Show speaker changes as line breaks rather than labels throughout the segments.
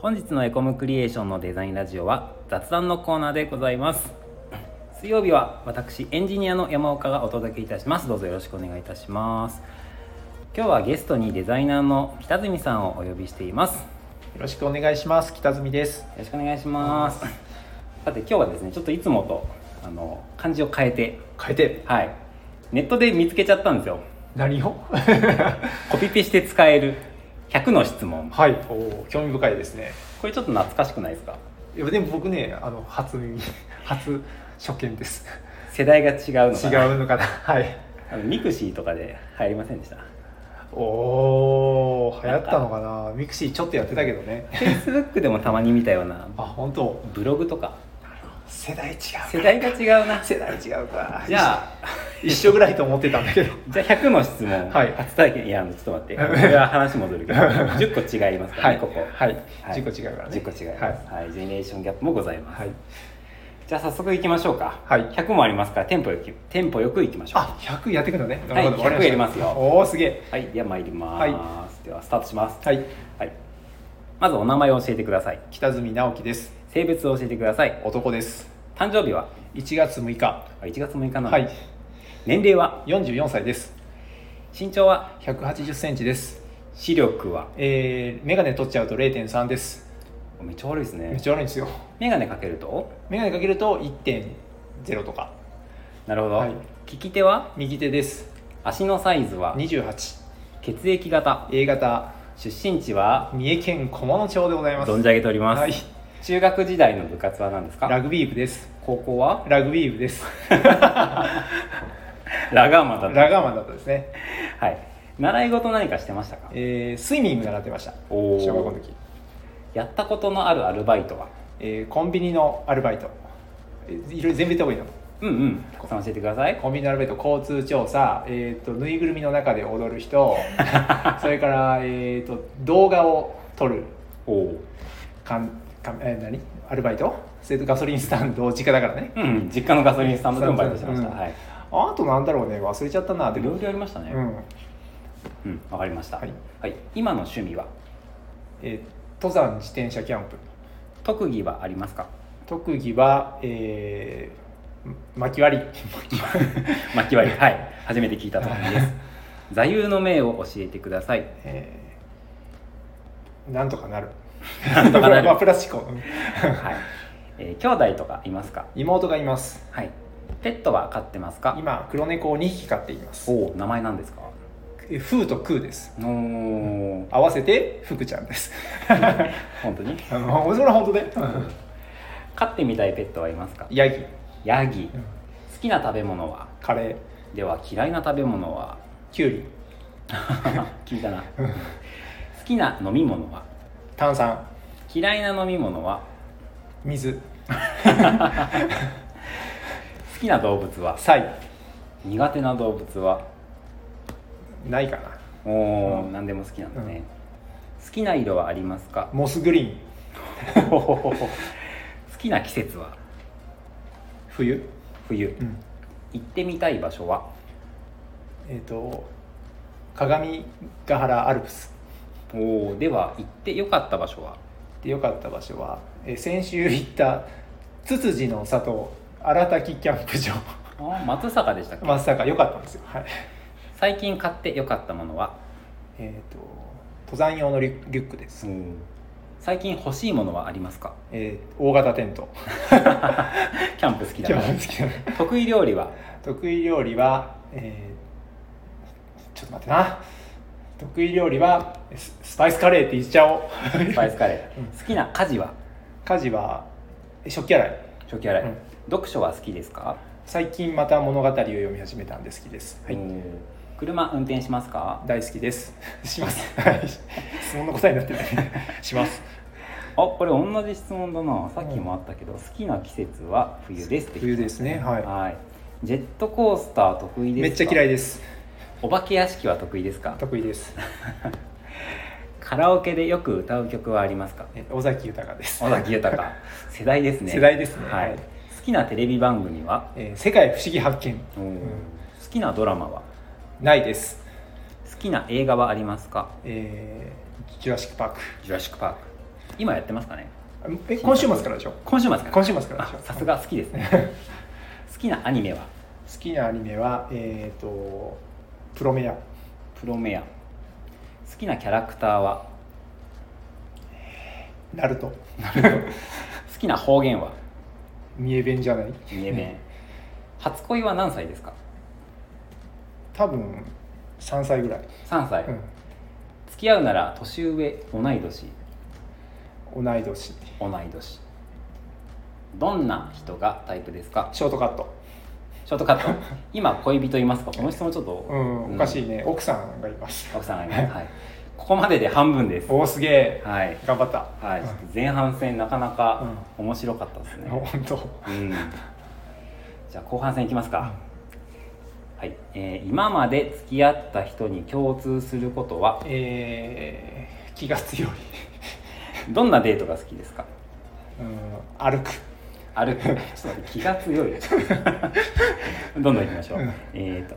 本日のエコムクリエーションのデザインラジオは雑談のコーナーでございます 水曜日は私エンジニアの山岡がお届けいたしますどうぞよろしくお願いいたします今日はゲストにデザイナーの北住さんをお呼びしていますよ
よろしくお願いします。北住です。
ろしくお願いしますさて今日はですねちょっといつもとあの漢字を変えて
変えて。
はいネットで見つけちゃったんですよ
何を？
コピペして使える100の質問
はい。おお、興味深いですね。
これちょっと懐かしくないですか
いやでも僕ね、あの初耳、 初初見です。
世代が違うの
違
かな
うのかな。はい。
あのミクシーとかで入りませんでした
おお、流行ったのかな。ミクシーちょっとやってたけどね。
Facebook でもたまに見たような
あ、本当。
ブログとか
世代違う。
世代が違う な
世代違うか。
じゃあ
一緒ぐらいと思ってたんだ けど。
じゃあ100の質問、
はい
初体験いやちょっと 待ってこれは話戻るけど10個違いますから
は
ね、
い。
ここ、
はい。
はい
10個違うからね。
10個違います、
は
はいジェネレーションギャップもございます、
はい。
じゃあ早速いきましょうか、
はい
100もありますからテンポよくテンポよくいきましょう
あ、100やってくのね。
はい
わかりした
100やりますよ
おお、すげえ。
はいでは参ります、
は
ではスタートします
はい。
はい、まずお名前を教えてください
北住直樹です。
性別を教えてください
男です。
誕生日は
1月6日、
あ1月6日なの、
はい、
年齢は
44歳です。
身長は
180センチです。
視力は
えー、メガネ取っちゃうと0.3です。
めっちゃ悪いです
めっ
ね
ちゃ悪いんですよ。
眼鏡かけると
メガネかけると1.0とか。
なるほど、
はい
利き手は
右手です。
足のサイズは
28。
血液型
A 型、
出身地は
三重県菰野町でございます。
存じ上げております、
はい。
中学時代の部活は何ですか
ラグビー部です。
高校は
ラグビー部です。
ラガーマンだった
ラガーマンだったですね。
はい習い事何かしてましたか
えー、スイミング習ってました。
おー
小学校の時。
やったことのあるアルバイトは
えー、コンビニのアルバイト。えーいろいろ全部言った方がいいの
うんうんたくさん教えてください
コンビニのアルバイト交通調査、えー、とぬいぐるみの中で踊る 人それから、えー、と動画を撮る
おお
かんかん、えー何アルバイトそれとガソリンスタンド実家だからね
うんうん、実家のガソリンスタンドでもバイトしてました、
うん
はい
あとなんだろうね忘れちゃったなで
いろ
も
いろありましたね
う
うん
ん
わ、かりました、は
はいい
今の趣味は
えー登山自転車キャンプ
特技はありますか
特技は、えー、巻き割り
巻き割りはい初めて聞いたと思います座右の銘を教えてください
えーなんとかなる
なんとかなる
まあプラスチックをうん
はい、えー兄弟とかいますか
妹がいます
はいペットは飼ってますか
今黒猫を2匹飼っています
おお名前なんですか
えフーとクーです
おー
合わせて福ちゃんです
本当に
あのそれは本当で
飼ってみたいペットはいますか
ヤギ
ヤギ好きな食べ物は
カレー
では嫌いな食べ物 は
キュウリ
聞いたな好きな飲み物は
炭酸
嫌いな飲み物は
水
好きな動物は
サイ
苦手な動物は
ないかな
おお、何でも好きなんだね、好きな色はありますか
モスグリーン
好きな季節は
冬、
冬
うん、
行ってみたい場所は
えっ、と鏡ヶ原アルプス
おおでは行って良かった場所は
で良かった場所は、えー先週行ったツツジの里荒滝キャンプ場
あー松坂でしたっけ、
まさか良かったんですよはい
最近買って良かったものは
えっ、と登山用のリュリュックです、
最近欲しいものはあります か
えー大型テント
キャンプ好きだ
今
か
日
ら
好きなの
得意料理は
得意料理は、えーちょっと待ってな得意料理はススパイスカレーって言っちゃおう
スパイスカレー、好きな家事は
家事はえ食器洗い
食器洗い、
うん
読書は好きですか
最近また物語を読み始めたんで好きです、
お
はい、
ー車運転しますか
大好きです しま すはい質問の答えになってる します
あこれ同じ質問だなさっきもあったけど、好きな季節は冬ですって
冬ですねはい
はいジェットコースター得意ですか
めっちゃ嫌
い
いです
お化け屋敷は得意ですか
得意です
カラオケでよく歌う曲はありますか
え尾崎豊です
尾崎 豊世代ですね
世代ですね
はい
はい
好きなテレビ番組は、
えー世界不思議発見
うん好きなドラマは
ないです
好きな映画はありますか
えージュラシックパーク
ジュラシック・パーク今やってますかね
え今週末からでしょ
今週末から
今週末から
あ
でしょ
さす が好きですね好きなアニメは
好きなアニメはえっ、とプロメア
プロメア好きなキャラクターは
ナルト
好きな方言は
三重弁じゃない
三重弁初恋は何歳ですか
多分3歳ぐらい、
3歳、
う
付き合うなら年上同い年
ん、同い年
同い年どんな人がタイプですか
ショートカット、
ショートカ ット今恋人いますかこの質問ちょっと、
うん
うん
おかしいね奥さんがいます
奥さんがいます、はい、ここまでで半分です
おおすげえ
はい、
頑張った
はい、ちょっと前半戦なかなか面白かったですね、
本当
うん、じゃあ後半戦いきますか、はいえー今まで付き合った人に共通することは
えー、気が強い、
どんなデートが好きですか
うん、歩く
歩く ちょっと待って気が強い どんどんいきましょう、
うん
えっ、と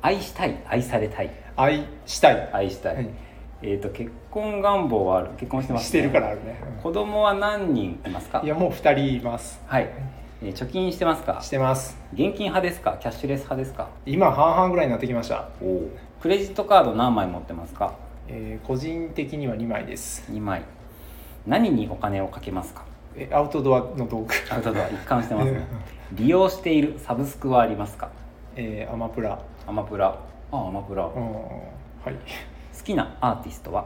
愛したい愛されたい
愛したい
愛したい、
はい
えっ、と結婚願望はある結婚してます、ね、
してるからあるね、うん
子供は何人いますか
いやもう2人います
はい、えー貯金してますか
してます
現金派ですかキャッシュレス派ですか
今半々ぐらいになってきました、
クレジットカード何枚持ってますか
えー個人的には2枚です
2枚何にお金をかけますか
えアウトドアの道具、
アウトドア一貫してますね利用しているサブスクはありますか
えーアマプラ、
アマプラあアマプラ、
う
好
んはい
きなアーティストは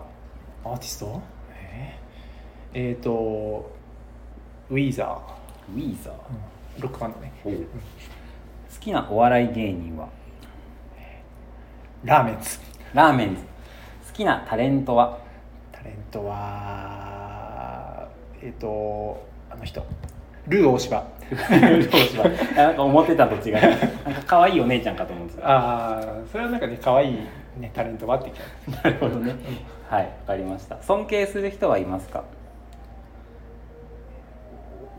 アーティストえー、えーとウィーザ
ウィーザー
ー、ロックバンドね
好きなお笑い芸人は
ラーメンズ
ラーメンズ好きなタレントは
タレントはえっ、とあの人ルー大柴
どうしようなんか思ってたと違うなんか可愛いお姉ちゃんかと思ってた
ああそれはなんかね可愛いねタレントはってきた
なるほどねはいわかりました尊敬する人はいますか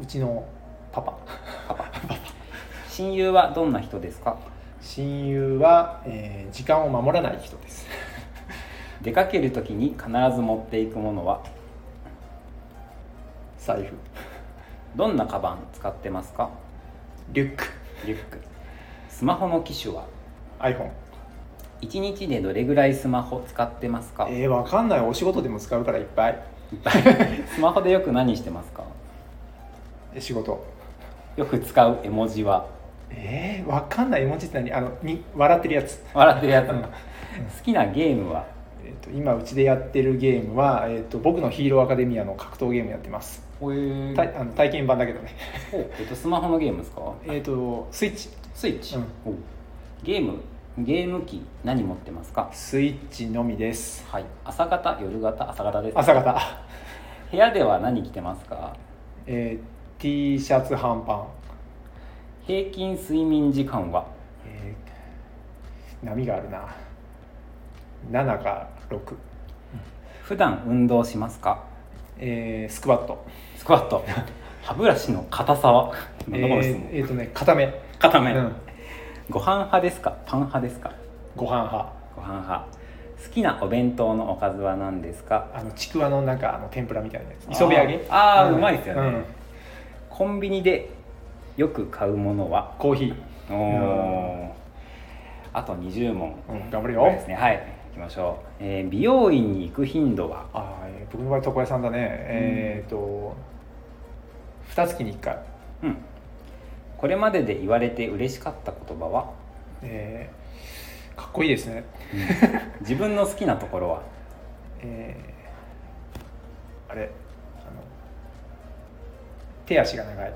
うちのパパ
親友はどんな人ですか
親友は、えー時間を守らない人です
出かける時に必ず持っていくものは
財布
どんなカバン使ってますか
リュック
リュックスマホの機種は
iPhone
1日でどれぐらいスマホ使ってますか
えー、わかんないお仕事でも使うからいっぱい
スマホでよく何してますか
え仕事
よく使う絵文字は
えー、わかんない絵文字って何あのに笑ってるやつ
笑ってるやつ
うん
好きなゲームは
えー、と今うちでやってるゲームは、えー、と僕のヒーローアカデミアの格闘ゲームやってます、
おえ
たあの体験版だけどね
えっとスマホのゲームですか
えっ、とスイッチ
スイッチ、
うん
おゲームゲーム機何持ってますか
スイッチのみです
はい朝方夜型朝方です
朝方、
部屋では何着てますか
えー、T シャツ半パン、
平均睡眠時間は
えー波があるな7か6、
普段運動しますか
えースクワット
スクワット歯ブラシの硬さは
え
何だこの質
ー
問
えーとね固め、
硬
う
め、
ん、
ご飯派ですかパン派ですか
ご飯派
ご飯派好きなお弁当のおかずは何ですか
あのちくわのなんかあの天ぷらみたいなやつ磯辺揚げ
あーあー、うんまいですよね、
うん
コンビニでよく買うものは
コーヒー、
おーあと20問
うん、頑張る
ぐらい
よ
ですねはい行きましょう、えー美容院に行く頻度は
あーえー僕の場合床屋さんだねえっ、と二月に一回、
うんこれまでで言われて嬉しかった言葉は
えーかっこいいですね
自分の好きなところは
えーあれあの手足が長い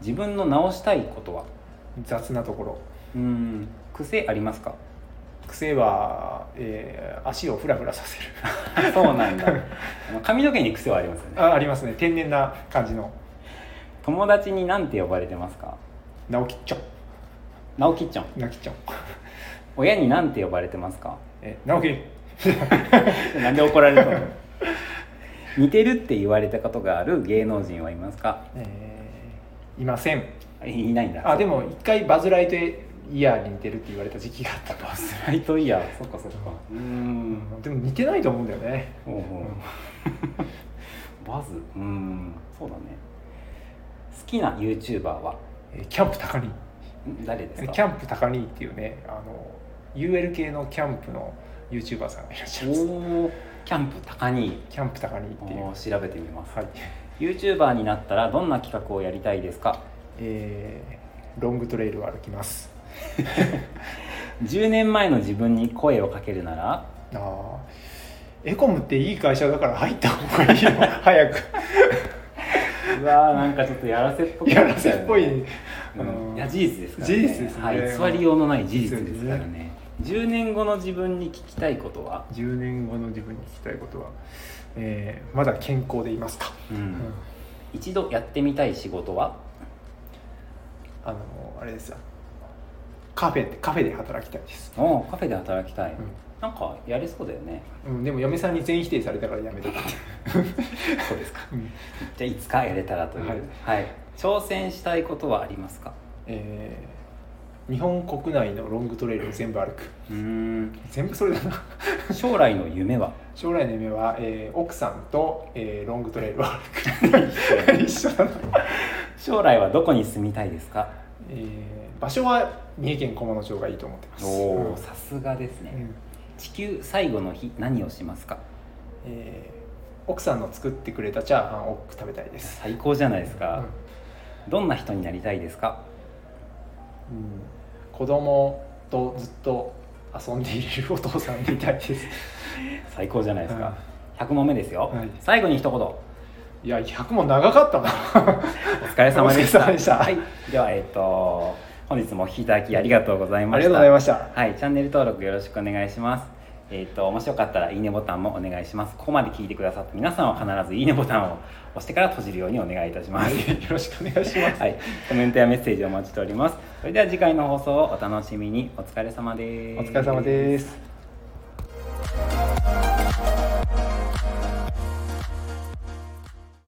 自分の直したいことは
雑なところ
うん癖あります か
癖は、えー足をフラフラさせ る
そうなんだあの髪の毛に癖はありますよね
あありますね天然な感じの
友達に何て呼ばれてますか
直吉ちょん
直吉ちゃん
直吉ちょん、
親に何て呼ばれてますか
えー、 直樹
なんで怒られた の似てるって言われたことがある芸能人はいますか
えーいません
いないんだ
あでも一回バズ・ライトイヤーに似てるって言われた時期があったから
スライトイヤーそっかそっかうん
でも似てないと思うんだよね、
おうおう
うん
バズうんそうだね好きな YouTuber は
えーキャンプ高に
ん誰ですか
キャンプ高にっていうねあの UL 系のキャンプの YouTuber さんがいらっしゃいます
おーキャンプ高に
キャンプ高にっていう
おー調べてみます、
はい
YouTuber になったらどんな企画をやりたいですか
えーロングトレイルを歩きます
10年前の自分に声をかけるなら
あーエコムっていい会社だから入った方がいいよ早く
うわーなんかちょっとやらせっぽく
や
な
ら
ち
せ
ゃう
っぽい、
う
あの
ん、いや事実ですからね
事実ですね
はい、偽りようのない事実ですからね10年後の自分に聞きたいことは、
10年後の自分に聞きたいことは、えーまだ健康でいますか、
うん
うん
一度やってみたい仕事は
あのあれですよカフェカフェで働きたいです、
おーカフェで働きたい、なんかやれそうだよね
うんうんでも嫁さんに全否定されたからやめた、
そうですか
うん
じゃあいつかやれたらというは
はいい、
挑戦したいことはありますか
えー日本国内のロングトレイルを全部歩く
うーん
全部それだな
将来の夢は
将来の夢は、えー奥さんと、えーロングトレイルを 歩く 一緒だな、
将来はどこに住みたいですか
えー場所は三重県菰野町がいいと思ってます
おお
うん
さすがですね、
うん
地球最後の日何をしますか
えー奥さんの作ってくれたチャーハンを多く食べたいです、
最高じゃないです
う
か
ん、
どんな人になりたいですか
うん子供とずっと遊んでいれるお父さんみたいです。
最高じゃないですか、100問目ですよ、
はい
最後に一言
いや、100も長 かったな。
お疲れ様でした
お疲れ様でした
はい、ではえっ、と本日もお聞きいただきありがとうござい
あ
ま
り
し
がとうご
た
ざいました。
はい、チャンネル登録よろしくお願いします。えっ、と、面白かったらいいねボタンもお願いします。ここまで聞いてくださった皆さんは必ずいいねボタンを押してから閉じるようにお願いいたしま
は
す
い。 よろしくお願いします。
はい、コメントやメッセージをお待ちしております。それでは次回の放送をお楽しみに。お疲れ様です。
お疲れ様です。